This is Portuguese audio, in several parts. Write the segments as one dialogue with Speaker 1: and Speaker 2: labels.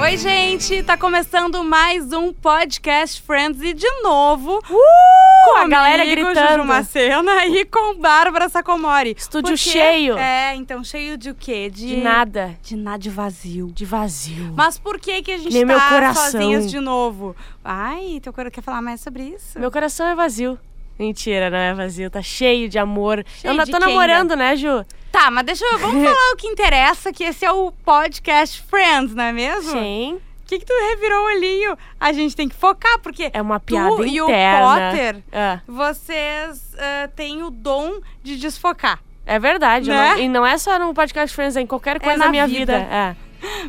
Speaker 1: Oi, gente! Tá começando mais um podcast Friends e de novo
Speaker 2: com Uh, a
Speaker 1: comigo,
Speaker 2: galera
Speaker 1: Juju
Speaker 2: gritando.
Speaker 1: Macena e com Bárbara Sacomori.
Speaker 2: Estúdio
Speaker 1: Porque-
Speaker 2: cheio.
Speaker 1: É, então cheio de o quê? De,
Speaker 2: De nada.
Speaker 1: De nada de vazio.
Speaker 2: De vazio.
Speaker 1: Mas por que que a gente
Speaker 2: Nem meu
Speaker 1: tá
Speaker 2: coração.
Speaker 1: sozinhas de novo? Ai, teu coração quer falar mais sobre isso?
Speaker 2: Meu coração é vazio. Mentira, não é vazio. Tá cheio de amor.
Speaker 1: Cheio
Speaker 2: eu ainda
Speaker 1: de
Speaker 2: tô
Speaker 1: quenga.
Speaker 2: namorando, né, Ju?
Speaker 1: Tá, mas deixa eu... Vamos falar o que interessa, que esse é o podcast Friends, não é mesmo?
Speaker 2: Sim.
Speaker 1: O que que tu revirou o olhinho? A gente tem que focar, porque...
Speaker 2: É uma piada
Speaker 1: tu e o
Speaker 2: interna.
Speaker 1: Potter...
Speaker 2: É,
Speaker 1: vocês ah, têm o dom de desfocar.
Speaker 2: é verdade. eu
Speaker 1: Né?
Speaker 2: não- e não é só no podcast Friends, é em qualquer coisa
Speaker 1: na
Speaker 2: da minha
Speaker 1: vida.
Speaker 2: vida. É.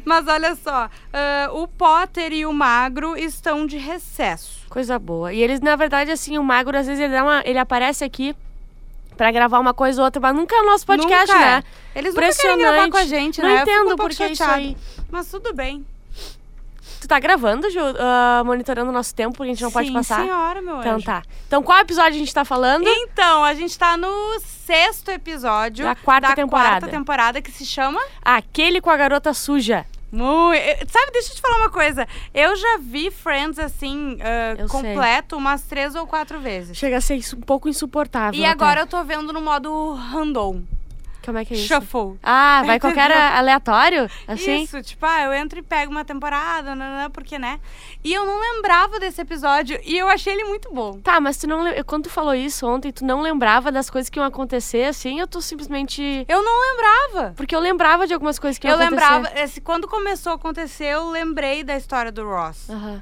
Speaker 1: Mas olha só, ah, o Potter e o Magro estão de recesso.
Speaker 2: Coisa boa. E eles, na verdade, assim, o Magro, às vezes, ele, dá uma- ele aparece aqui pra gravar uma coisa ou outra, mas nunca é o nosso podcast,
Speaker 1: Nunca
Speaker 2: né?
Speaker 1: é. Eles nunca querem gravar com a
Speaker 2: Impressionante.
Speaker 1: gente,
Speaker 2: Não
Speaker 1: né? Eu fico
Speaker 2: entendo
Speaker 1: um pouco
Speaker 2: por que isso
Speaker 1: chateada.
Speaker 2: aí.
Speaker 1: Mas tudo bem.
Speaker 2: Tu tá gravando, Ju? Ah, monitorando o nosso tempo, porque a gente não pode
Speaker 1: Sim,
Speaker 2: passar?
Speaker 1: senhora, meu
Speaker 2: Então
Speaker 1: anjo.
Speaker 2: tá. Então qual episódio a gente tá falando?
Speaker 1: Então, a gente tá no sexto episódio
Speaker 2: Da quarta temporada.
Speaker 1: quarta temporada que se chama
Speaker 2: Aquele com a garota suja.
Speaker 1: Mui- eh, Sabe, deixa eu te falar uma coisa. Eu já vi Friends assim, ah,
Speaker 2: Eu sei.
Speaker 1: completo, umas três ou quatro vezes.
Speaker 2: Chega a ser isso, um pouco insuportável.
Speaker 1: E
Speaker 2: até.
Speaker 1: agora eu tô vendo no modo random.
Speaker 2: Como é que é isso?
Speaker 1: Shuffle.
Speaker 2: Ah, vai qualquer
Speaker 1: Entendeu?
Speaker 2: aleatório? Assim?
Speaker 1: Isso, tipo, ah, eu entro e pego uma temporada, nananã, porque, né? E eu não lembrava desse episódio e eu achei ele muito bom.
Speaker 2: Tá, mas tu não. lem- Quando tu falou isso ontem, tu não lembrava das coisas que iam acontecer, assim? Eu tô simplesmente.
Speaker 1: Eu não lembrava.
Speaker 2: Porque eu lembrava de algumas coisas que iam
Speaker 1: eu
Speaker 2: acontecer.
Speaker 1: lembrava, esse, quando começou a acontecer, eu lembrei da história do Ross.
Speaker 2: Aham.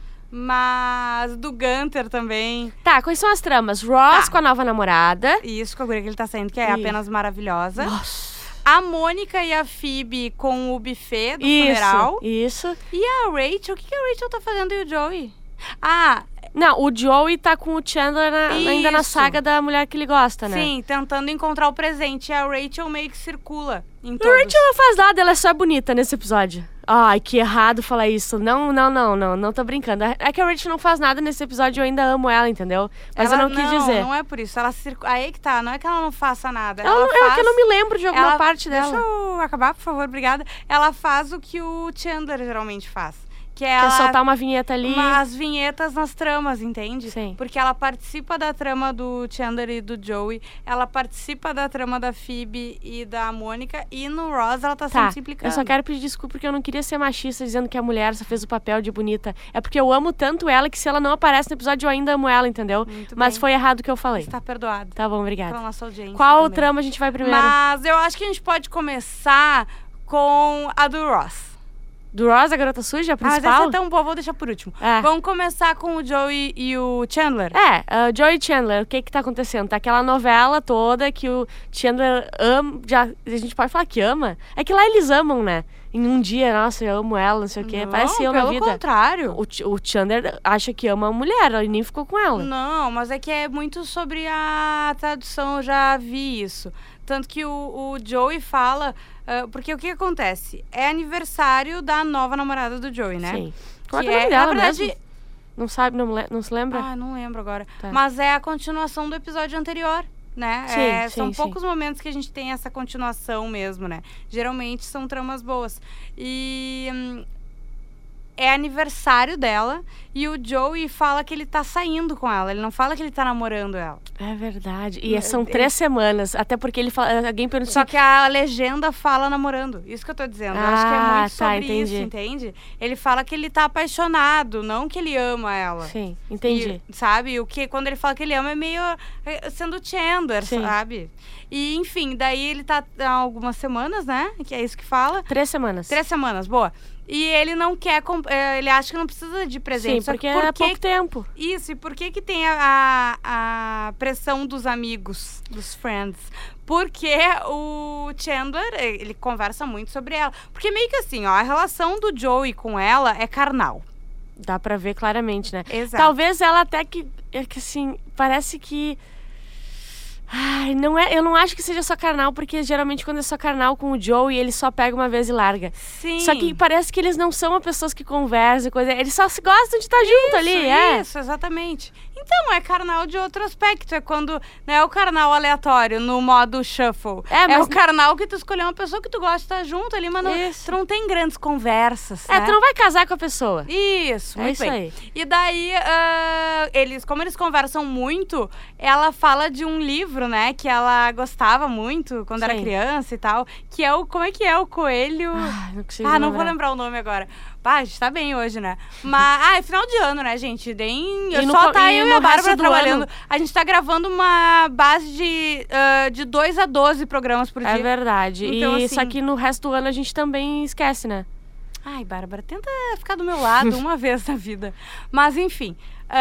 Speaker 1: Mas do Gunter também.
Speaker 2: Tá, quais são as tramas? Ross
Speaker 1: Tá.
Speaker 2: com a nova namorada.
Speaker 1: E isso com a guria que ele tá saindo, que é
Speaker 2: Ih.
Speaker 1: apenas maravilhosa.
Speaker 2: Nossa.
Speaker 1: A Mônica e a Phoebe com o buffet do funeral.
Speaker 2: Isso. Isso.
Speaker 1: E a Rachel, o que, que a Rachel tá fazendo e o Joey? Ah,
Speaker 2: Não, o Joey tá com o Chandler na- ainda na
Speaker 1: Isso.
Speaker 2: saga da mulher que ele gosta, né?
Speaker 1: Sim, tentando encontrar o presente. E a Rachel meio que circula em
Speaker 2: A
Speaker 1: todos.
Speaker 2: Rachel não faz nada, ela é só bonita nesse episódio. Ai, que errado falar isso. Não, não, não, não, não tô brincando. É que a Rachel não faz nada nesse episódio, eu ainda amo ela, entendeu? Mas
Speaker 1: Ela-
Speaker 2: eu não quis dizer.
Speaker 1: Não é por isso. Ela circula. Aí que tá, não é que ela não faça nada.
Speaker 2: Ela não-
Speaker 1: faz...
Speaker 2: É que eu não me lembro de alguma
Speaker 1: ela-
Speaker 2: parte dela.
Speaker 1: Deixa eu acabar, por favor, obrigada. Ela faz o que o Chandler geralmente faz. Que é ela
Speaker 2: Quer soltar uma vinheta ali.
Speaker 1: umas vinhetas nas tramas, entende?
Speaker 2: Sim.
Speaker 1: Porque ela participa da trama do Chandler e do Joey, ela participa da trama da Phoebe e da Mônica, e no Ross ela tá,
Speaker 2: Tá,
Speaker 1: sempre se implicando.
Speaker 2: eu só quero pedir desculpa porque eu não queria ser machista dizendo que a mulher só fez o papel de bonita. É porque eu amo tanto ela que se ela não aparece no episódio eu ainda amo ela, entendeu?
Speaker 1: Muito
Speaker 2: Mas
Speaker 1: bem.
Speaker 2: foi errado o que eu falei.
Speaker 1: Está perdoada.
Speaker 2: Tá bom,
Speaker 1: Pela
Speaker 2: obrigada.
Speaker 1: nossa audiência.
Speaker 2: Qual
Speaker 1: também.
Speaker 2: trama a gente vai primeiro?
Speaker 1: Mas eu acho que a gente pode começar com a do Ross.
Speaker 2: Do Rosa, a garota suja, a
Speaker 1: Ah, mas essa
Speaker 2: principal?
Speaker 1: é tão boa, vou deixar por último.
Speaker 2: É.
Speaker 1: Vamos começar com o Joey e o Chandler.
Speaker 2: É, ah, Joey Chandler, o que que tá acontecendo? Tá aquela novela toda que o Chandler ama, já, a gente pode falar que ama? É que lá eles amam, né? Em um dia, nossa, eu amo ela, não sei o quê,
Speaker 1: Não,
Speaker 2: parece eu na
Speaker 1: pelo
Speaker 2: vida.
Speaker 1: contrário.
Speaker 2: O, Ch- o Chandler acha que ama a mulher, ele nem ficou com ela.
Speaker 1: Não, mas é que é muito sobre a tradução, eu já vi isso. Tanto que o, o Joey fala. ah, porque o que acontece? É aniversário da nova namorada do Joey, né?
Speaker 2: Sim. Qual
Speaker 1: Que
Speaker 2: é, o nome
Speaker 1: é-
Speaker 2: dela
Speaker 1: na verdade-
Speaker 2: mesmo? Não sabe, não, le- não se lembra?
Speaker 1: Ah, não lembro agora.
Speaker 2: Tá.
Speaker 1: Mas é a continuação do episódio anterior, né?
Speaker 2: Sim,
Speaker 1: É,
Speaker 2: sim,
Speaker 1: são
Speaker 2: sim.
Speaker 1: poucos momentos que a gente tem essa continuação mesmo, né? Geralmente são tramas boas. E. hum, É aniversário dela e o Joey fala que ele tá saindo com ela. Ele não fala que ele tá namorando ela.
Speaker 2: É verdade. E
Speaker 1: Não,
Speaker 2: são
Speaker 1: ele-
Speaker 2: três semanas, até porque ele fala, alguém perguntou
Speaker 1: Só que a legenda fala namorando. Isso que eu tô dizendo. eu acho que é
Speaker 2: Ah,
Speaker 1: muito
Speaker 2: tá,
Speaker 1: sobre isso,
Speaker 2: entendi.
Speaker 1: entende? Ele fala que ele tá apaixonado, não que ele ama ela.
Speaker 2: Sim, entendi.
Speaker 1: E, sabe? O que quando ele fala que ele ama é meio eh, sendo Chandler,
Speaker 2: Sim.
Speaker 1: sabe? E enfim, daí ele tá há algumas semanas, né? Que é isso que fala.
Speaker 2: Três semanas.
Speaker 1: Três semanas, boa. E ele não quer, comp- eh, ele acha que não precisa de presente.
Speaker 2: Sim,
Speaker 1: Só
Speaker 2: porque
Speaker 1: que por
Speaker 2: é
Speaker 1: que-
Speaker 2: pouco tempo.
Speaker 1: Isso, e por que que tem a, a, a pressão dos amigos, dos friends? Porque o Chandler, eh, ele conversa muito sobre ela. Porque meio que assim, ó, a relação do Joey com ela é carnal.
Speaker 2: Dá pra ver claramente, né?
Speaker 1: Exato.
Speaker 2: Talvez ela até que, é que assim, parece que Ai, não é, eu não acho que seja só carnal, porque geralmente quando é só carnal com o Joe, ele só pega uma vez e larga.
Speaker 1: Sim.
Speaker 2: Só que parece que eles não são pessoas que conversam, e coisa, eles só se gostam de estar junto ali,
Speaker 1: isso,
Speaker 2: é.
Speaker 1: Isso, exatamente. Então, é carnal de outro aspecto. É quando não é o carnal aleatório no modo shuffle.
Speaker 2: É,
Speaker 1: É,
Speaker 2: mas-
Speaker 1: o carnal que tu escolheu uma pessoa que tu gosta tá junto ali, mas não,
Speaker 2: Isso.
Speaker 1: tu não tem grandes conversas.
Speaker 2: É,
Speaker 1: né?
Speaker 2: tu não vai casar com a pessoa.
Speaker 1: Isso,
Speaker 2: É
Speaker 1: muito
Speaker 2: isso
Speaker 1: bem.
Speaker 2: aí.
Speaker 1: E daí, ah, eles, como eles conversam muito, ela fala de um livro, né, que ela gostava muito quando era
Speaker 2: Sim.
Speaker 1: criança e tal, que é o, como é que é, o coelho...
Speaker 2: Ah, não consigo
Speaker 1: Ah, não vou lembrar o nome agora. Pá, a gente tá bem hoje, né? Mas, ah, é final de ano, né, gente? Nem...
Speaker 2: E no
Speaker 1: Só
Speaker 2: co-
Speaker 1: tá
Speaker 2: e
Speaker 1: eu e
Speaker 2: no
Speaker 1: a
Speaker 2: resto
Speaker 1: Bárbara
Speaker 2: do
Speaker 1: trabalhando.
Speaker 2: ano?
Speaker 1: A gente tá gravando uma base de, ah, de 2 a 12 programas por
Speaker 2: É
Speaker 1: dia.
Speaker 2: verdade.
Speaker 1: Então,
Speaker 2: e
Speaker 1: assim-
Speaker 2: Só que no resto do ano a gente também esquece, né?
Speaker 1: Ai, Bárbara, tenta ficar do meu lado uma vez na vida. Mas, enfim.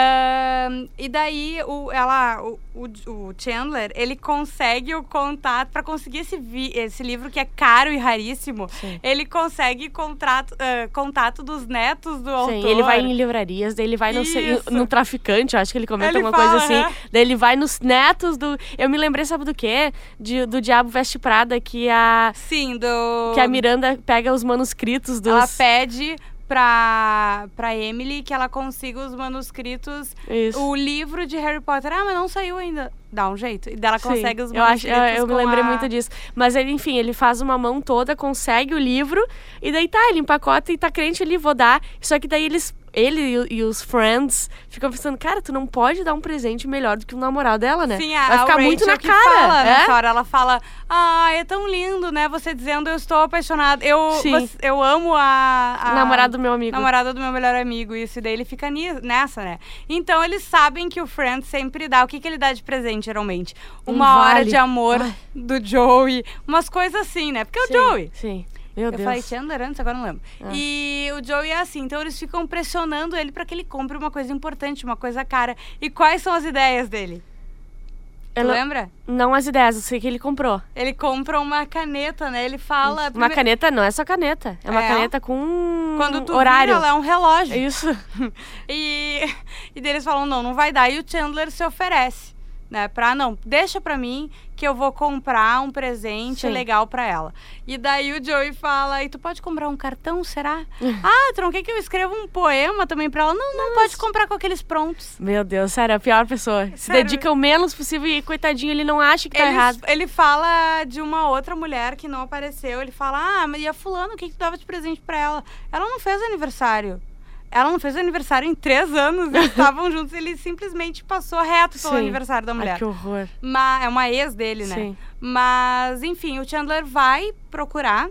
Speaker 1: ahn, e daí, o, ela, o, o- o Chandler, ele consegue o contato para conseguir esse, vi- esse livro que é caro e raríssimo.
Speaker 2: Sim.
Speaker 1: Ele consegue contrato, ah, contato dos netos do autor.
Speaker 2: Sim, ele vai em livrarias, daí ele vai no,
Speaker 1: Isso.
Speaker 2: no traficante, eu acho que ele comenta
Speaker 1: Ele
Speaker 2: alguma
Speaker 1: fala,
Speaker 2: coisa assim.
Speaker 1: né?
Speaker 2: Daí ele vai nos netos do. Eu me lembrei, sabe do quê? De- do Diabo Veste Prada, que a,
Speaker 1: Sim, do...
Speaker 2: que a Miranda pega os manuscritos dos.
Speaker 1: Ela pede pra, pra Emily que ela consiga os manuscritos
Speaker 2: Isso.
Speaker 1: O livro de Harry Potter, ah, mas não saiu ainda. Dá um jeito. E dela
Speaker 2: Sim,
Speaker 1: consegue os
Speaker 2: eu acho, eu,
Speaker 1: manuscritos
Speaker 2: eu me
Speaker 1: com
Speaker 2: lembrei
Speaker 1: a-
Speaker 2: muito disso. Mas ele, enfim, ele faz uma mão toda, consegue o livro, e daí tá, ele empacota e tá crente ali, vou dar. Só que daí eles. Ele e, o- e os friends ficam pensando, cara, tu não pode dar um presente melhor do que o namorado dela, né?
Speaker 1: Sim, a,
Speaker 2: Vai
Speaker 1: a
Speaker 2: ficar
Speaker 1: Rachel
Speaker 2: muito na
Speaker 1: que
Speaker 2: cara.
Speaker 1: Fala, né? nessa
Speaker 2: é?
Speaker 1: hora, ela fala, ah, é tão lindo, né? Você dizendo, eu estou apaixonada. Eu,
Speaker 2: Sim.
Speaker 1: você- eu amo a, a...
Speaker 2: Namorado do meu amigo.
Speaker 1: Namorada do meu melhor amigo, isso. E daí ele fica ni- nessa, né? Então eles sabem que o Friends sempre dá. O que, que ele dá de presente, geralmente?
Speaker 2: Um
Speaker 1: Uma hora
Speaker 2: vale.
Speaker 1: de amor
Speaker 2: Ai.
Speaker 1: do Joey. Umas coisas assim, né? Porque o
Speaker 2: Sim,
Speaker 1: Joey,
Speaker 2: Sim. Meu
Speaker 1: eu
Speaker 2: Deus.
Speaker 1: falei é Chandler antes, agora não lembro.
Speaker 2: Ah.
Speaker 1: E o Joey é assim, então eles ficam pressionando ele pra que ele compre uma coisa importante, uma coisa cara. E quais são as ideias dele? Tu
Speaker 2: Ela-
Speaker 1: lembra?
Speaker 2: Não as ideias, eu sei que ele comprou.
Speaker 1: Ele compra uma caneta, né? Ele fala.
Speaker 2: Uma
Speaker 1: prime-
Speaker 2: caneta não é só caneta. É uma
Speaker 1: É.
Speaker 2: caneta com
Speaker 1: Quando tu
Speaker 2: horário.
Speaker 1: vira, ela é um relógio.
Speaker 2: Isso.
Speaker 1: E, e daí eles falam, não, não vai dar. E o Chandler se oferece, né? Pra, não, deixa pra mim que eu vou comprar um presente
Speaker 2: Sim.
Speaker 1: legal pra ela. E daí o Joey fala, e tu pode comprar um cartão, será? ah, tu não quer que eu escreva um poema também pra ela? Não, não, pode comprar com aqueles prontos.
Speaker 2: Meu Deus, sério, é a pior pessoa. Se
Speaker 1: Sério.
Speaker 2: dedica o menos possível e, coitadinho, ele não acha que tá
Speaker 1: Ele,
Speaker 2: errado.
Speaker 1: ele fala de uma outra mulher que não apareceu. Ele fala, ah, mas e a fulana, o que, que tu dava de presente pra ela? Ela não fez aniversário. Ela não fez aniversário em três anos. Eles estavam juntos. Ele simplesmente passou reto pelo
Speaker 2: Sim.
Speaker 1: aniversário da mulher.
Speaker 2: Ai, que horror.
Speaker 1: Ma- é uma ex dele, né?
Speaker 2: Sim.
Speaker 1: Mas, enfim, o Chandler vai procurar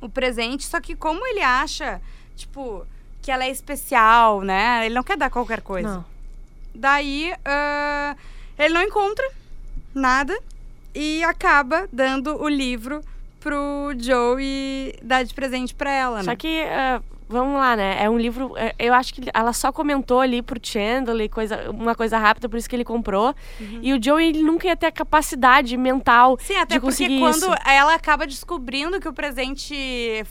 Speaker 1: o presente, só que como ele acha, tipo, que ela é especial, né? Ele não quer dar qualquer coisa.
Speaker 2: Não.
Speaker 1: Daí, ah, ele não encontra nada e acaba dando o livro pro Joe e dar de presente pra ela,
Speaker 2: Só
Speaker 1: né?
Speaker 2: que, ah, vamos lá, né? É um livro. é, eu acho que ela só comentou ali pro Chandler coisa, uma coisa rápida, por isso que ele comprou.
Speaker 1: Uhum.
Speaker 2: E o Joey ele nunca ia ter a capacidade mental
Speaker 1: Sim, até
Speaker 2: de
Speaker 1: porque
Speaker 2: conseguir
Speaker 1: quando
Speaker 2: isso.
Speaker 1: ela acaba descobrindo que o presente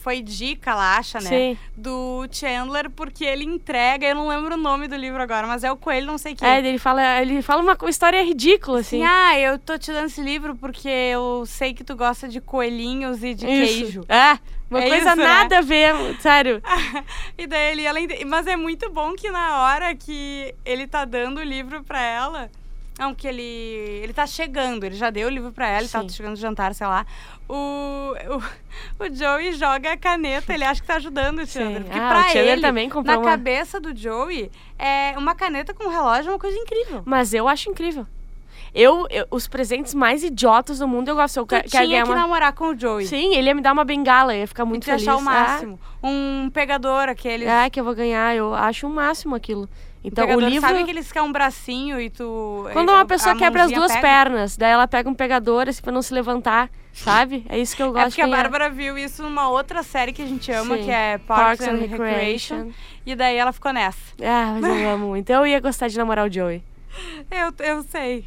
Speaker 1: foi dica, ela acha, né?
Speaker 2: Sim.
Speaker 1: do Chandler, porque ele entrega, eu não lembro o nome do livro agora, mas é o Coelho, não sei quem.
Speaker 2: É, ele fala, ele fala uma co- história ridícula, assim.
Speaker 1: assim, ah, eu tô te dando esse livro porque eu sei que tu gosta de coelhinhos e de queijo.
Speaker 2: Isso. É, uma
Speaker 1: É
Speaker 2: coisa
Speaker 1: isso, né? Ah.
Speaker 2: nada a ver, sério.
Speaker 1: E daí ele, ela ente- mas é muito bom que na hora que ele tá dando o livro pra ela, não, que ele ele tá chegando, ele já deu o livro pra ela, ele tá
Speaker 2: Sim.
Speaker 1: chegando do jantar, sei lá. O, o, o Joey joga a caneta, ele acha que tá ajudando o Chandler,
Speaker 2: Sim.
Speaker 1: porque
Speaker 2: Ah,
Speaker 1: pra
Speaker 2: o Chandler
Speaker 1: ele
Speaker 2: também comprou
Speaker 1: na
Speaker 2: uma-
Speaker 1: cabeça do Joey, é uma caneta com um relógio é uma coisa incrível.
Speaker 2: Mas eu acho incrível. Eu, eu- os presentes mais idiotas do mundo eu gosto. Eu
Speaker 1: Tu
Speaker 2: que- quero
Speaker 1: tinha
Speaker 2: ganhar
Speaker 1: que um
Speaker 2: uma.
Speaker 1: namorar com o Joey.
Speaker 2: Sim, ele ia me dar uma bengala, eu ia ficar
Speaker 1: Muito
Speaker 2: muito feliz.
Speaker 1: achar o máximo. Um pegador, aquele.
Speaker 2: Ah, é que eu vou ganhar, eu acho o máximo aquilo. Então,
Speaker 1: pegador,
Speaker 2: o livro.
Speaker 1: Sabe que eles querem um bracinho e tu.
Speaker 2: Quando
Speaker 1: eh,
Speaker 2: uma pessoa
Speaker 1: a
Speaker 2: quebra as
Speaker 1: mãozinha
Speaker 2: duas
Speaker 1: pega?
Speaker 2: pernas, daí ela pega um pegador assim pra não se levantar, sabe? É isso que eu gosto
Speaker 1: É porque
Speaker 2: de
Speaker 1: a
Speaker 2: ganhar.
Speaker 1: Bárbara viu isso numa outra série que a gente ama,
Speaker 2: Sim.
Speaker 1: que é Parks, and Recreation. E daí ela ficou nessa.
Speaker 2: Ah, mas eu amo muito. Eu ia gostar de namorar o Joey.
Speaker 1: Eu, eu sei.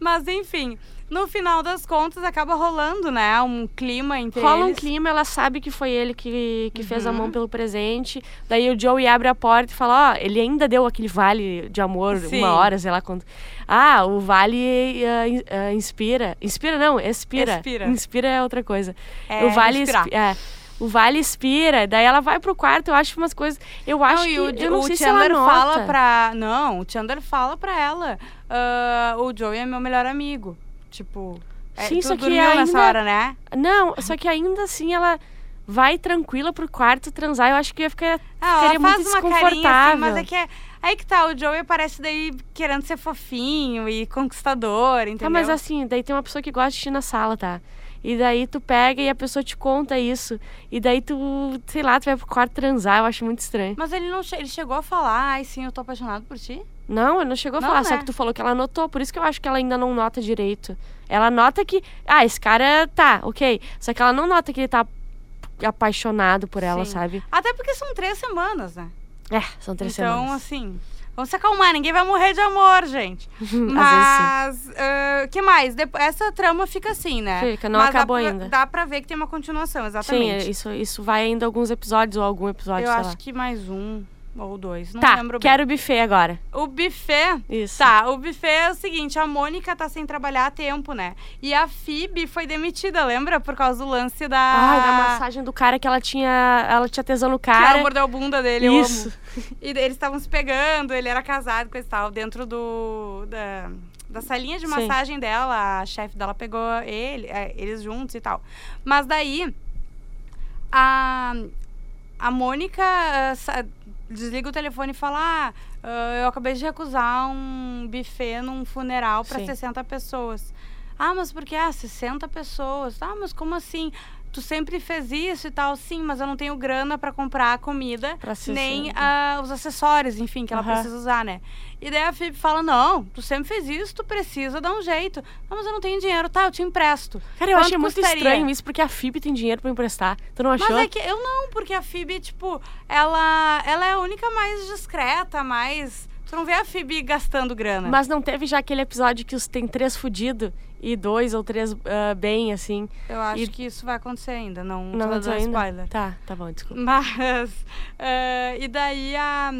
Speaker 1: Mas enfim, no final das contas acaba rolando, né? Um clima entre
Speaker 2: Rola
Speaker 1: eles.
Speaker 2: um
Speaker 1: Uhum.
Speaker 2: clima, ela sabe que foi ele que, que fez a mão pelo presente. Daí o Joey abre a porta e fala: Ó, ele ainda deu aquele vale de amor,
Speaker 1: Sim.
Speaker 2: uma hora, sei lá quanto. Ah, o vale ah, in- ah, inspira. Inspira não, expira.
Speaker 1: Expira.
Speaker 2: Inspira é outra coisa.
Speaker 1: É,
Speaker 2: o vale
Speaker 1: inspirar.
Speaker 2: expi- é. o vale expira. Daí ela vai pro quarto, eu acho umas coisas. Eu acho
Speaker 1: e
Speaker 2: que.
Speaker 1: o,
Speaker 2: eu não
Speaker 1: o
Speaker 2: sei se ela
Speaker 1: Chandler
Speaker 2: nota.
Speaker 1: fala pra. Não, o Chandler fala pra ela. "Ah, o Joey é meu melhor amigo. Tipo. é,
Speaker 2: Sim,
Speaker 1: tu
Speaker 2: só que
Speaker 1: dormiu nessa
Speaker 2: ainda-
Speaker 1: hora, né?
Speaker 2: Não, só que ainda assim ela vai tranquila pro quarto transar. Eu acho que ia ficar.
Speaker 1: Ah,
Speaker 2: Ficaria
Speaker 1: ela faz
Speaker 2: muito
Speaker 1: uma carinha, assim, mas
Speaker 2: desconfortável.
Speaker 1: é que é... Aí que tá, o Joey parece daí querendo ser fofinho e conquistador, entendeu?
Speaker 2: Tá, mas assim, daí tem uma pessoa que gosta de ti na sala, tá? E daí tu pega e a pessoa te conta isso. E daí tu, sei lá, tu vai pro quarto transar. Eu acho muito estranho.
Speaker 1: Mas ele não che- ele chegou a falar, ai sim, eu tô apaixonado por ti.
Speaker 2: Não, ela não chegou a
Speaker 1: Não,
Speaker 2: falar,
Speaker 1: né?
Speaker 2: só que tu falou que ela notou, por isso que eu acho que ela ainda não nota direito. Ela nota que, ah, esse cara tá, ok. Só que ela não nota que ele tá apaixonado por ela,
Speaker 1: Sim.
Speaker 2: sabe?
Speaker 1: Até porque são três semanas, né?
Speaker 2: É, são três
Speaker 1: então,
Speaker 2: semanas.
Speaker 1: assim, vamos se acalmar, ninguém vai morrer de amor, gente.
Speaker 2: sim.
Speaker 1: assim, Mas, ah, que mais? Depo- essa trama fica assim, né?
Speaker 2: Fica, não
Speaker 1: Mas
Speaker 2: acabou
Speaker 1: dá pra,
Speaker 2: ainda.
Speaker 1: Dá pra ver que tem uma continuação,
Speaker 2: Sim, é,
Speaker 1: exatamente.
Speaker 2: isso, isso vai ainda alguns episódios ou algum episódio,
Speaker 1: Eu
Speaker 2: sei
Speaker 1: acho
Speaker 2: lá.
Speaker 1: que mais um ou dois, não
Speaker 2: tá,
Speaker 1: lembro bem.
Speaker 2: quero o buffet agora.
Speaker 1: O buffet...
Speaker 2: Isso.
Speaker 1: Tá, o buffet é o seguinte, a Mônica tá sem trabalhar há tempo, né? E a Phoebe foi demitida, lembra? Por causa do lance da...
Speaker 2: Ai, Ah, da massagem do cara que ela tinha, ela tinha tesão no
Speaker 1: Ah. Que ela
Speaker 2: cara.
Speaker 1: mordeu a bunda dele, eu
Speaker 2: Isso.
Speaker 1: amo. E daí eles estavam se pegando, ele era casado, coisa e tal, dentro do... Da, da salinha de
Speaker 2: Sim.
Speaker 1: massagem dela, a chefe dela pegou ele, é, eles juntos e tal. Mas daí, a, a Mônica ah, sa- desliga o telefone e fala... "Ah, ah, eu acabei de recusar um buffet num funeral para
Speaker 2: Sim.
Speaker 1: 60 pessoas. Ah, mas por que? Ah, 60 pessoas. Ah, mas como assim? Tu sempre fez isso e tal. Sim, mas eu não tenho grana para comprar a comida,
Speaker 2: Pra se-
Speaker 1: nem ah, os acessórios, enfim, que ela
Speaker 2: Aham.
Speaker 1: precisa usar, né? E daí a Phoebe fala, não, tu sempre fez isso, tu precisa dar um jeito. Ah, mas eu não tenho dinheiro. Tá, eu te empresto.
Speaker 2: Cara, eu
Speaker 1: Quanto
Speaker 2: achei muito
Speaker 1: custaria?
Speaker 2: estranho isso, porque a Phoebe tem dinheiro pra emprestar. Tu não achou?
Speaker 1: Mas é que eu não, porque a Phoebe, tipo, ela, ela é a única mais discreta, mais... Tu não vê a Phoebe gastando grana.
Speaker 2: Mas não teve já aquele episódio que os tem três fudido e dois ou três ah, bem, assim.
Speaker 1: Eu acho
Speaker 2: E-
Speaker 1: que isso vai acontecer ainda, não,
Speaker 2: Não
Speaker 1: tô
Speaker 2: aconteceu
Speaker 1: dando
Speaker 2: ainda?
Speaker 1: spoiler.
Speaker 2: Tá, tá bom, desculpa.
Speaker 1: Mas, eh, e daí a,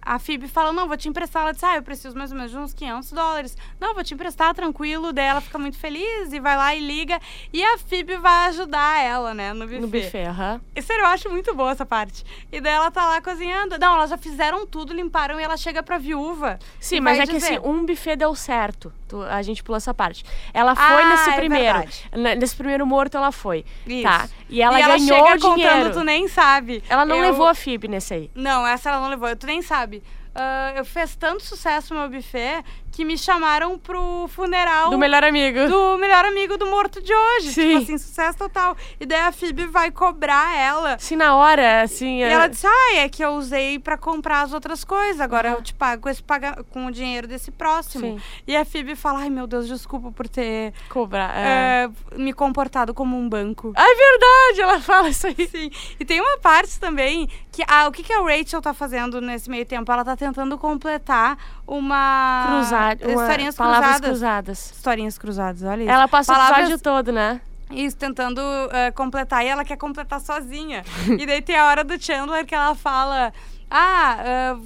Speaker 1: a Phoebe fala, não, vou te emprestar. Ela diz, ah, eu preciso mais ou menos de uns 500 dólares. Não, vou te emprestar, tranquilo. Daí ela fica muito feliz e vai lá e liga. E a Phoebe vai ajudar ela, né, no buffet.
Speaker 2: No buffet, aham.
Speaker 1: E, Sério, eu acho muito boa essa parte. E daí ela tá lá cozinhando. Não, elas já fizeram tudo, limparam e ela chega pra viúva.
Speaker 2: Sim,
Speaker 1: e
Speaker 2: mas
Speaker 1: vai
Speaker 2: é que
Speaker 1: dizer.
Speaker 2: assim, um buffet deu certo. Tu- a gente pulou essa parte. Ela foi
Speaker 1: Ah,
Speaker 2: nesse
Speaker 1: é
Speaker 2: primeiro.
Speaker 1: verdade.
Speaker 2: N- nesse primeiro morto, ela foi.
Speaker 1: Isso.
Speaker 2: Tá. E ela
Speaker 1: e
Speaker 2: ganhou
Speaker 1: ela chega
Speaker 2: o dinheiro.
Speaker 1: contando, tu nem sabe.
Speaker 2: Ela não
Speaker 1: Eu-
Speaker 2: levou a Phoebe nesse aí.
Speaker 1: Não, essa ela não levou, tu nem sabe. Ah, eu fiz tanto sucesso no meu buffet que me chamaram pro funeral
Speaker 2: Do melhor amigo.
Speaker 1: do melhor amigo do morto de hoje.
Speaker 2: Sim.
Speaker 1: Tipo assim, sucesso total. E daí a Phoebe vai cobrar ela.
Speaker 2: Sim, na hora, assim.
Speaker 1: E
Speaker 2: é-
Speaker 1: ela disse, ah, é que eu usei pra comprar as outras coisas. Agora eu te pago com, esse paga... com o dinheiro desse próximo.
Speaker 2: Ah. Sim.
Speaker 1: E a Phoebe fala, ai meu Deus, desculpa por ter
Speaker 2: Cobrar. É.
Speaker 1: eh, me comportado como um banco.
Speaker 2: Ah, é verdade, ela fala isso aí.
Speaker 1: Sim. E tem uma parte também que ah, o que, que a Rachel tá fazendo nesse meio tempo? Ela tá tentando completar uma
Speaker 2: Cruzado. uma-
Speaker 1: historinhas
Speaker 2: palavras
Speaker 1: cruzadas.
Speaker 2: Ah, cruzadas.
Speaker 1: Historinhas cruzadas, olha isso.
Speaker 2: Ela passou o
Speaker 1: Palavras-
Speaker 2: episódio todo, né?
Speaker 1: Isso, tentando eh, completar. E ela quer completar sozinha. e daí tem a hora do Chandler que ela fala: Ah, ah,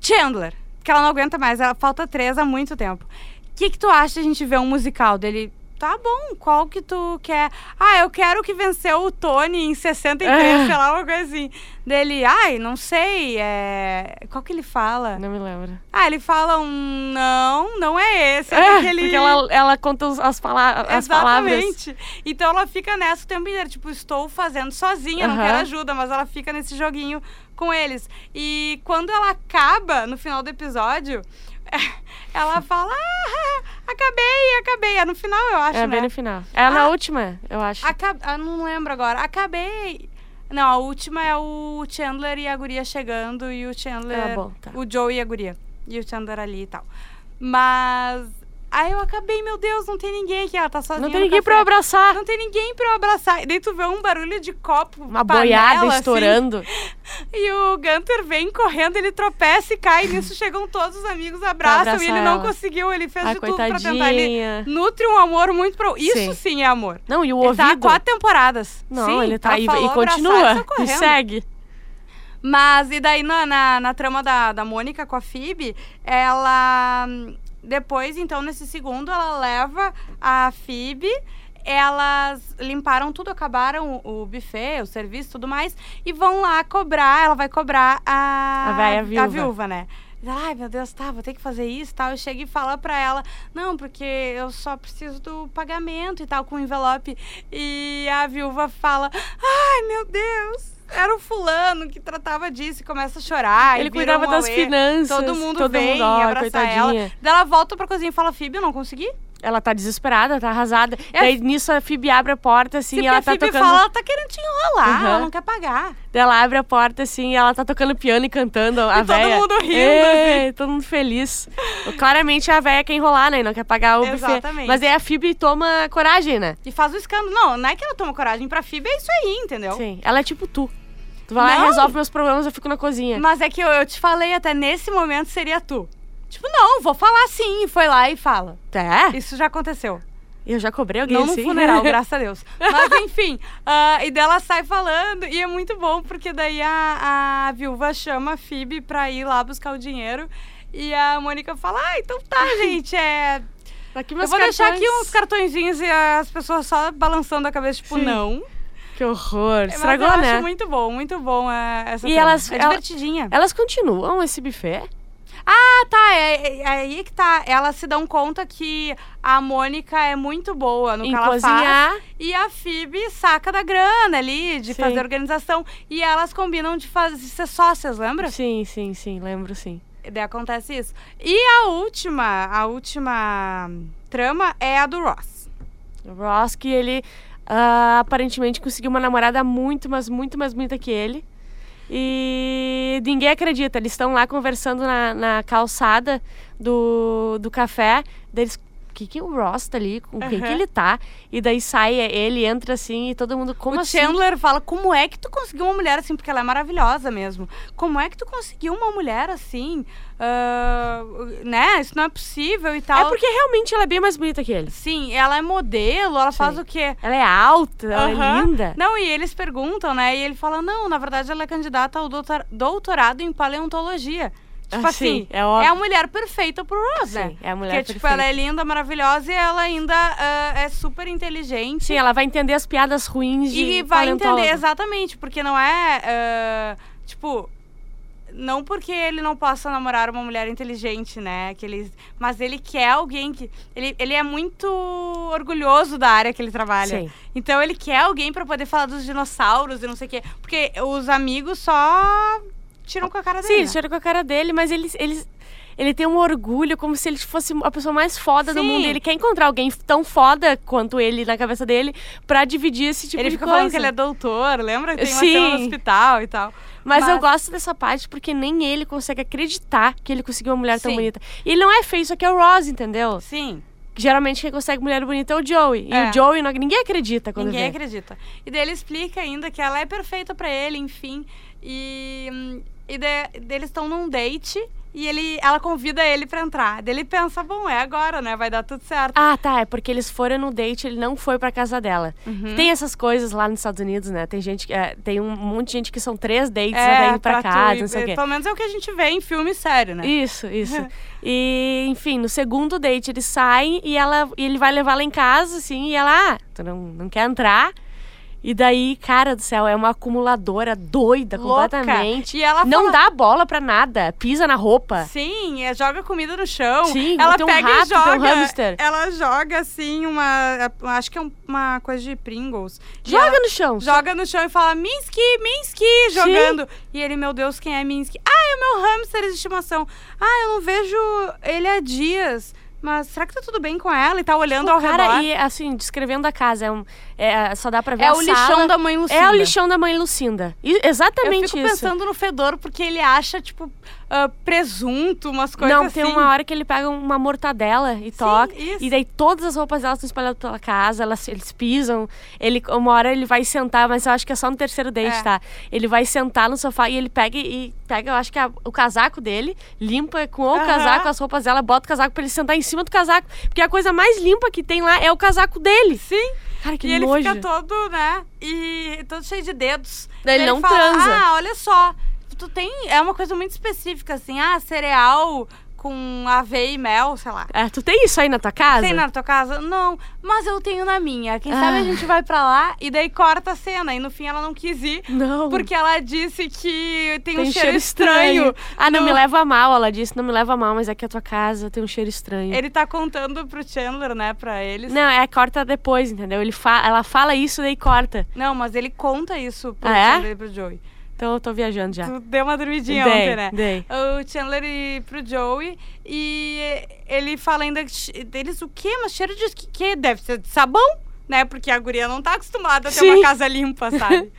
Speaker 1: Chandler, que ela não aguenta mais, ela falta três há muito tempo. O que, que tu acha de a gente ver um musical dele? Tá bom, qual que tu quer? Ah, eu quero o que venceu o Tony em 63,
Speaker 2: Ah.
Speaker 1: sei lá, uma coisa assim. Dele, ai, não sei, é... qual que ele fala?
Speaker 2: Não me lembro.
Speaker 1: Ah, ele fala um não, não é esse, é,
Speaker 2: É,
Speaker 1: daquele-
Speaker 2: Porque ela, ela conta os- as, pala as palavras.
Speaker 1: Exatamente. Então ela fica nessa o tempo inteiro, tipo, estou fazendo sozinha, não
Speaker 2: Aham.
Speaker 1: quero ajuda, mas ela fica nesse joguinho com eles. E quando ela acaba no final do episódio, ela fala: ah, acabei, acabei. É no final, eu acho, né?
Speaker 2: É, bem no final. É na última, eu acho.
Speaker 1: Acab... Ah, não lembro agora. Acabei. Não, a última é o Chandler e a guria chegando e o Chandler.
Speaker 2: Ah, bom, tá.
Speaker 1: O Joe e a guria. E o Chandler ali e tal. Mas. Aí eu acabei, meu Deus, não tem ninguém aqui. Ela tá sozinha.
Speaker 2: Não tem
Speaker 1: no
Speaker 2: ninguém pra
Speaker 1: café.
Speaker 2: eu abraçar.
Speaker 1: Ah, Não tem ninguém pra eu abraçar. E daí tu vê um barulho de copo.
Speaker 2: Uma
Speaker 1: panela,
Speaker 2: boiada
Speaker 1: assim,
Speaker 2: estourando.
Speaker 1: e o Gunter vem correndo, ele tropeça e cai. Nisso chegam todos os amigos, abraçam.
Speaker 2: abraçar
Speaker 1: E ele não
Speaker 2: ela.
Speaker 1: conseguiu, ele fez
Speaker 2: Ah,
Speaker 1: de tudo pra tentar. Ele
Speaker 2: coitadinha.
Speaker 1: nutre um amor muito pro. Isso
Speaker 2: Sim.
Speaker 1: sim, é amor.
Speaker 2: Não, e o
Speaker 1: Ele tá há
Speaker 2: ouvido.
Speaker 1: quatro temporadas.
Speaker 2: Não,
Speaker 1: Sim,
Speaker 2: ele tá
Speaker 1: ela
Speaker 2: aí
Speaker 1: falou
Speaker 2: e
Speaker 1: abraçar
Speaker 2: continua.
Speaker 1: saiu
Speaker 2: E
Speaker 1: correndo.
Speaker 2: segue.
Speaker 1: Mas, e daí na, na, na trama da, da Mônica com a Phoebe, ela. hum, Depois, então, nesse segundo, ela leva a Phoebe elas limparam tudo, acabaram o, o buffet, o serviço, tudo mais, e vão lá cobrar, ela vai cobrar a,
Speaker 2: A véia viúva.
Speaker 1: a viúva, né? Ai, meu Deus, tá, vou ter que fazer isso e tal. Eu chego e falo pra ela, não, porque eu só preciso do pagamento e tal, com o envelope. E a viúva fala, ai, meu Deus, era o fulano que tratava disso e começa a chorar. e
Speaker 2: Ele
Speaker 1: vira
Speaker 2: cuidava
Speaker 1: um
Speaker 2: das
Speaker 1: auê.
Speaker 2: finanças.
Speaker 1: Todo mundo
Speaker 2: todo
Speaker 1: vem
Speaker 2: mundo, ó,
Speaker 1: abraçar ela.
Speaker 2: coitadinha.
Speaker 1: Daí ela volta pra cozinha e fala, Fib, eu não consegui.
Speaker 2: Ela tá desesperada, tá arrasada.
Speaker 1: É.
Speaker 2: Daí nisso a Phoebe abre a porta, assim,
Speaker 1: Sim,
Speaker 2: e ela
Speaker 1: a
Speaker 2: tá
Speaker 1: Phoebe
Speaker 2: tocando.
Speaker 1: fala, ela tá querendo te enrolar,
Speaker 2: Uhum.
Speaker 1: ela não quer pagar.
Speaker 2: Daí ela abre a porta, assim, e ela tá tocando piano e cantando. A
Speaker 1: E todo
Speaker 2: véia.
Speaker 1: mundo rindo, assim.
Speaker 2: É, todo mundo feliz. Claramente a véia quer enrolar, né? E não quer pagar o buffet.
Speaker 1: Exatamente.
Speaker 2: Mas aí a Phoebe toma coragem, né?
Speaker 1: E faz o escândalo. Não, não é que ela toma coragem pra Phoebe, é isso aí, entendeu?
Speaker 2: Sim. Ela é tipo tu. Tu vai lá
Speaker 1: Não.
Speaker 2: e resolve meus problemas, eu fico na cozinha.
Speaker 1: Mas é que eu, eu te falei, até nesse momento seria tu. Tipo, não, vou falar sim. E foi lá e fala.
Speaker 2: É?
Speaker 1: Isso já aconteceu.
Speaker 2: Eu já cobrei alguém
Speaker 1: Não no
Speaker 2: assim.
Speaker 1: funeral, graças a Deus. Mas enfim, ah, e dela sai falando, e é muito bom, porque daí a, a viúva chama a Phoebe pra ir lá buscar o dinheiro. E a Mônica fala: Ah, então tá, gente, é.
Speaker 2: Aqui
Speaker 1: Eu
Speaker 2: meus
Speaker 1: vou deixar
Speaker 2: cartões.
Speaker 1: aqui uns cartõezinhos e as pessoas só balançando a cabeça, tipo,
Speaker 2: Sim.
Speaker 1: não.
Speaker 2: Que horror.
Speaker 1: Mas
Speaker 2: Estragou,
Speaker 1: eu
Speaker 2: né?
Speaker 1: acho muito bom, muito bom é, essa
Speaker 2: E
Speaker 1: trama.
Speaker 2: elas-
Speaker 1: É
Speaker 2: ela-
Speaker 1: divertidinha.
Speaker 2: Elas continuam esse buffet?
Speaker 1: Ah, tá, é, é- é aí que tá. Elas se dão conta que a Mônica é muito boa no
Speaker 2: em
Speaker 1: que ela faz.
Speaker 2: cozinhar.
Speaker 1: E a Phoebe saca da grana ali, de
Speaker 2: Sim.
Speaker 1: fazer organização. E elas combinam de fazer, ser sócias, lembra?
Speaker 2: Sim, sim, sim, lembro sim.
Speaker 1: E daí acontece isso. E a última, a última trama é a do Ross.
Speaker 2: O Ross, que ele ah, aparentemente conseguiu uma namorada muito, mas muito, mas muita que ele. E ninguém acredita. Eles estão lá conversando na, na calçada do, do café. Daí eles. O que, que o Ross tá ali? Com quem que
Speaker 1: Aham.
Speaker 2: ele tá? E daí sai ele, entra assim e todo mundo. Como
Speaker 1: o
Speaker 2: assim?
Speaker 1: Chandler fala, como é que tu conseguiu uma mulher assim? Porque ela é maravilhosa mesmo. Como é que tu conseguiu uma mulher assim? Ah, né? Isso não é possível e
Speaker 2: É
Speaker 1: tal.
Speaker 2: porque realmente ela é bem mais bonita que ele.
Speaker 1: Sim, ela é modelo, ela faz
Speaker 2: Sim.
Speaker 1: o quê?
Speaker 2: Ela é alta, ela é
Speaker 1: Aham.
Speaker 2: linda.
Speaker 1: Não, e eles perguntam, né? E ele fala: não, na verdade ela é candidata ao doutor- doutorado em paleontologia. Tipo assim,
Speaker 2: é
Speaker 1: é a
Speaker 2: óbvio.
Speaker 1: mulher perfeita pro Ross, né?
Speaker 2: Sim, é a mulher
Speaker 1: Porque, tipo,
Speaker 2: perfeita.
Speaker 1: ela é linda, maravilhosa e ela ainda ah, é super inteligente.
Speaker 2: Sim, ela vai entender as piadas ruins de
Speaker 1: E vai entender,
Speaker 2: paleontólogo.
Speaker 1: exatamente, porque não é. ah, tipo. Não porque ele não possa namorar uma mulher inteligente, né? Que ele, mas ele quer alguém que. Ele, ele é muito orgulhoso da área que ele trabalha.
Speaker 2: Sim.
Speaker 1: Então ele quer alguém pra poder falar dos dinossauros e não sei o quê. Porque os amigos só tiram com a cara
Speaker 2: Sim, é
Speaker 1: dele. né?
Speaker 2: ele chora com a cara dele, mas ele, ele, ele tem um orgulho como se ele fosse a pessoa mais foda do
Speaker 1: Sim.
Speaker 2: mundo. Ele quer encontrar alguém tão foda quanto ele na cabeça dele pra dividir esse tipo
Speaker 1: ele
Speaker 2: de
Speaker 1: fica
Speaker 2: coisa.
Speaker 1: falando que ele é doutor, lembra? Tem uma
Speaker 2: Sim.
Speaker 1: cena no hospital e tal.
Speaker 2: Mas
Speaker 1: mas-
Speaker 2: eu gosto dessa parte porque nem ele consegue acreditar que ele conseguiu uma mulher tão
Speaker 1: Sim.
Speaker 2: bonita. E ele não é feio, isso aqui é o Ross, entendeu?
Speaker 1: Sim.
Speaker 2: Geralmente quem consegue mulher bonita é o Joey. E
Speaker 1: É.
Speaker 2: o Joey, não- ninguém acredita quando
Speaker 1: Ninguém
Speaker 2: vê.
Speaker 1: acredita. E daí ele explica ainda que ela é perfeita pra ele, enfim. E, hum, e de- daí eles estão num date e ele, ela convida ele pra entrar. Daí ele pensa, bom, é agora, né? Vai dar tudo certo.
Speaker 2: Ah, tá, é porque eles foram no date, ele não foi pra casa dela.
Speaker 1: Uhum.
Speaker 2: Tem essas coisas lá nos Estados Unidos, né? Tem gente, que- é, tem um monte de gente que são três dates, né? Daí indo pra,
Speaker 1: É, tu
Speaker 2: casa,
Speaker 1: ir-
Speaker 2: não sei o quê.
Speaker 1: Pelo menos é o que a gente vê em filme sério, né?
Speaker 2: Isso, isso. E, enfim, no segundo date eles saem e ela, e ele vai levar ela em casa, assim, e ela, ah, tu não, não quer entrar. E daí, cara do céu, é uma acumuladora doida
Speaker 1: Louca.
Speaker 2: completamente.
Speaker 1: E ela
Speaker 2: Não
Speaker 1: fala-
Speaker 2: dá bola pra nada, pisa na roupa.
Speaker 1: Sim, é, joga comida no chão.
Speaker 2: Sim,
Speaker 1: ela
Speaker 2: tem um
Speaker 1: pega
Speaker 2: rato,
Speaker 1: e
Speaker 2: tem um
Speaker 1: joga.
Speaker 2: hamster.
Speaker 1: Ela joga assim uma, acho que é um- uma coisa de Pringles. E
Speaker 2: Joga
Speaker 1: ela
Speaker 2: no chão.
Speaker 1: joga no chão e fala Minsky, Minsky, jogando. E ele, meu Deus, quem é Minsky? Ah, é o meu hamster de estimação. Ah, eu não vejo ele há dias. Mas será que tá tudo bem com ela? E tá olhando
Speaker 2: Tipo,
Speaker 1: ao
Speaker 2: cara,
Speaker 1: redor.
Speaker 2: e assim, descrevendo a casa, é um, é, só dá pra ver
Speaker 1: É
Speaker 2: a
Speaker 1: o
Speaker 2: sala.
Speaker 1: lixão da mãe Lucinda.
Speaker 2: É o lixão da mãe Lucinda. E-
Speaker 1: Eu
Speaker 2: exatamente
Speaker 1: fico
Speaker 2: isso.
Speaker 1: pensando no fedor, porque ele acha, tipo, ah, presunto, umas coisas
Speaker 2: Não,
Speaker 1: assim.
Speaker 2: tem uma hora que ele pega uma mortadela e toca.
Speaker 1: isso.
Speaker 2: E daí todas as roupas delas estão espalhadas pela casa, elas, eles pisam. Ele, uma hora ele vai sentar, mas eu acho que é só no terceiro date,
Speaker 1: É.
Speaker 2: tá? Ele vai sentar no sofá e ele pega e pega, eu acho que é a- o casaco dele, limpa com o
Speaker 1: Aham.
Speaker 2: casaco, as roupas dela, bota o casaco pra ele sentar em cima do casaco. Porque a coisa mais limpa que tem lá é o casaco dele.
Speaker 1: Sim.
Speaker 2: Cara, que
Speaker 1: e ele
Speaker 2: nojo.
Speaker 1: fica todo, né? E todo cheio de dedos.
Speaker 2: Daí ele não
Speaker 1: fala,
Speaker 2: transa.
Speaker 1: Ah, olha só. Tu tem. É uma coisa muito específica, assim. Ah, cereal com aveia e mel, sei lá.
Speaker 2: É, tu tem isso aí na tua casa? Ah.
Speaker 1: Tem na tua casa? Não, mas eu tenho na minha. Quem sabe a gente vai pra lá e daí corta a cena. E no fim ela não quis ir.
Speaker 2: Não.
Speaker 1: Porque ela disse que tem,
Speaker 2: tem
Speaker 1: um cheiro estranho.
Speaker 2: Ah, não,
Speaker 1: Não.
Speaker 2: me leva a mal, ela disse. Não me leva a mal, mas é que a tua casa tem um cheiro estranho.
Speaker 1: Ele tá contando pro Chandler, né, pra eles. Não,
Speaker 2: Não, é corta depois, entendeu? Ele fa... Ela fala isso, daí corta.
Speaker 1: mas ele conta isso pro
Speaker 2: Ah, é?
Speaker 1: Chandler e pro Joey.
Speaker 2: Então eu tô viajando já.
Speaker 1: Tu deu uma dormidinha
Speaker 2: Dei,
Speaker 1: ontem, né?
Speaker 2: dei.
Speaker 1: O Chandler e pro Joey e ele fala ainda que che- deles o quê? Mas cheiro de que, que? Deve ser de sabão, né? Porque a guria não tá acostumada a ter
Speaker 2: Sim.
Speaker 1: uma casa limpa, sabe?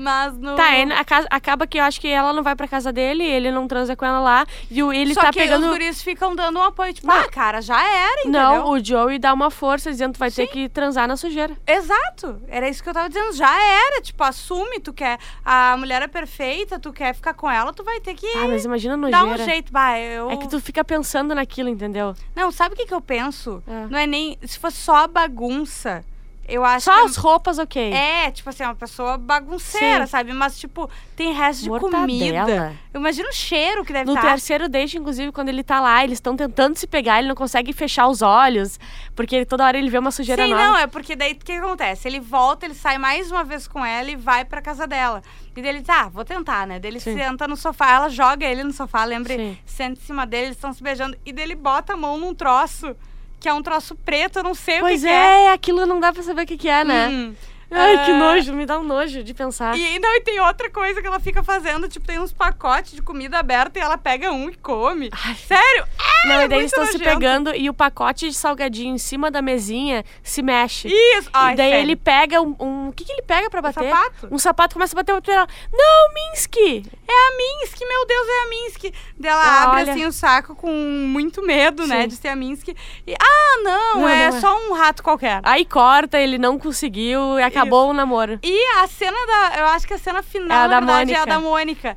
Speaker 1: Mas no.
Speaker 2: Tá, é, a casa- acaba que eu acho que ela não vai pra casa dele, ele não transa com ela lá, e o, ele
Speaker 1: Só
Speaker 2: tá
Speaker 1: que
Speaker 2: pegando...
Speaker 1: os guris ficam dando um apoio, tipo,
Speaker 2: Não.
Speaker 1: ah, cara, já era, entendeu?
Speaker 2: Não, o Joey dá uma força dizendo que vai ter que transar na sujeira.
Speaker 1: Exato, era isso que eu tava dizendo, já era, tipo, assume, tu quer, a mulher é perfeita, tu quer ficar com ela, tu vai ter que
Speaker 2: Ah, mas imagina a
Speaker 1: dar
Speaker 2: nojeira.
Speaker 1: um jeito, bah, eu...
Speaker 2: É que tu fica pensando naquilo, entendeu?
Speaker 1: Não, sabe o que, que eu penso?
Speaker 2: É.
Speaker 1: Não é nem. Se fosse só a bagunça, eu acho
Speaker 2: Só as
Speaker 1: que.
Speaker 2: roupas, ok.
Speaker 1: É, tipo assim, uma pessoa bagunceira,
Speaker 2: Sim.
Speaker 1: sabe? Mas, tipo, tem resto de
Speaker 2: Mortadela.
Speaker 1: comida. Eu imagino o cheiro que deve tá.
Speaker 2: No
Speaker 1: estar.
Speaker 2: terceiro date, inclusive, quando ele tá lá, eles estão tentando se pegar, ele não consegue fechar os olhos, porque ele- toda hora ele vê uma sujeira
Speaker 1: Sim,
Speaker 2: nova.
Speaker 1: não, é porque daí o que que acontece? Ele volta, ele sai mais uma vez com ela e vai pra casa dela. E daí ele, tá, vou tentar, né? Daí ele
Speaker 2: Sim.
Speaker 1: senta no sofá, ela joga ele no sofá, lembra?
Speaker 2: Sim.
Speaker 1: Senta em cima dele, eles estão se beijando. E daí ele bota a mão num troço, que é um troço preto, eu não sei
Speaker 2: Pois
Speaker 1: o que que
Speaker 2: é, aquilo não dá pra saber o que, que é, né?
Speaker 1: Hum.
Speaker 2: Ai, que
Speaker 1: Ah.
Speaker 2: nojo, me dá um nojo de pensar.
Speaker 1: E não, e tem outra coisa que ela fica fazendo, tipo, tem uns pacotes de comida aberta e ela pega um e come.
Speaker 2: Ai.
Speaker 1: Sério?
Speaker 2: não, e
Speaker 1: é muito
Speaker 2: daí eles estão se
Speaker 1: nojento.
Speaker 2: pegando e o pacote de salgadinho em cima da mesinha se mexe.
Speaker 1: Isso! Ai,
Speaker 2: e daí
Speaker 1: sério.
Speaker 2: ele pega um, um- O que, que ele pega pra bater?
Speaker 1: sapato?
Speaker 2: Um sapato começa a bater o outro. e ela, Não, Minsky!
Speaker 1: É a Minsk, meu Deus, é a Minsk. Daí ela
Speaker 2: Ah,
Speaker 1: abre
Speaker 2: olha.
Speaker 1: assim o saco com muito medo, né,
Speaker 2: Sim.
Speaker 1: de ser a Minsk. E, ah, não,
Speaker 2: Não,
Speaker 1: é
Speaker 2: não é.
Speaker 1: só um rato qualquer.
Speaker 2: Aí corta, ele não conseguiu e acabou o namoro.
Speaker 1: E a cena da. Eu acho que a cena final,
Speaker 2: É a
Speaker 1: na
Speaker 2: da
Speaker 1: verdade, é a
Speaker 2: Mônica.
Speaker 1: da Mônica.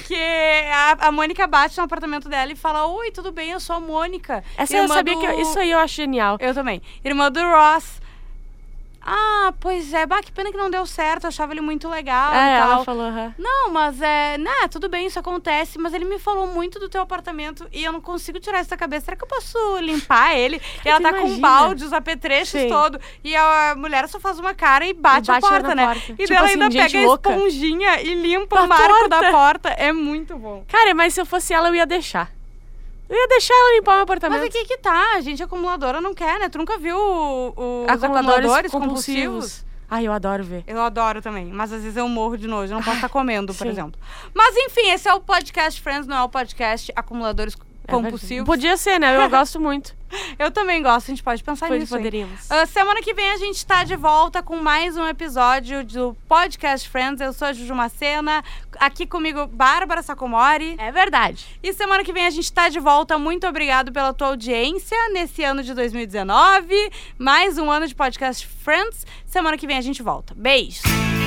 Speaker 1: Porque a, a Mônica bate no apartamento dela e fala: Oi, tudo bem, eu sou a Mônica.
Speaker 2: Essa eu
Speaker 1: irmã
Speaker 2: sabia
Speaker 1: do-
Speaker 2: que. eu- Isso aí eu acho genial.
Speaker 1: Eu também. Irmã do Ross. Ah, pois é. Bah, que pena que não deu certo. Eu achava ele muito legal
Speaker 2: é,
Speaker 1: e
Speaker 2: ela
Speaker 1: tal.
Speaker 2: falou. aham.
Speaker 1: Não, mas é. Nah, tudo bem, isso acontece. Mas ele me falou muito do teu apartamento e eu não consigo tirar isso da cabeça. Será que eu posso limpar ele? E ela
Speaker 2: tu
Speaker 1: tá com
Speaker 2: imagina.
Speaker 1: balde, os apetrechos
Speaker 2: Sim.
Speaker 1: todo. E a mulher só faz uma cara e bate,
Speaker 2: E bate
Speaker 1: a
Speaker 2: lá
Speaker 1: porta,
Speaker 2: na
Speaker 1: né?
Speaker 2: porta.
Speaker 1: E
Speaker 2: Tipo
Speaker 1: ela
Speaker 2: assim,
Speaker 1: ainda
Speaker 2: gente
Speaker 1: pega
Speaker 2: louca.
Speaker 1: a esponjinha e limpa
Speaker 2: Da
Speaker 1: o marco
Speaker 2: porta.
Speaker 1: da porta. É muito bom.
Speaker 2: Cara, mas se eu fosse ela, eu ia deixar. Eu ia deixar ela limpar meu apartamento.
Speaker 1: Mas aqui que tá, a gente acumuladora não quer, né? Tu nunca viu o- o- os acumuladores compulsivos?
Speaker 2: Ai, eu adoro ver. É
Speaker 1: Eu adoro também, mas às vezes eu morro de nojo, eu não posso estar comendo, por
Speaker 2: sim.
Speaker 1: exemplo. Mas enfim, esse é o podcast Friends, não é o podcast Acumuladores
Speaker 2: É verdade.
Speaker 1: Compulsivos.
Speaker 2: Podia ser, né? Eu gosto muito.
Speaker 1: Eu também gosto, a gente pode pensar
Speaker 2: Pois
Speaker 1: nisso. hein?
Speaker 2: poderíamos.
Speaker 1: Ah, semana que vem a gente tá de volta com mais um episódio do Podcast Friends. Eu sou a Juju Macena, aqui comigo Bárbara Sacomori.
Speaker 2: É verdade.
Speaker 1: E semana que vem a gente tá de volta. Muito obrigado pela tua audiência nesse ano de 2019. Mais um ano de podcast Friends. Semana que vem a gente volta. Beijos!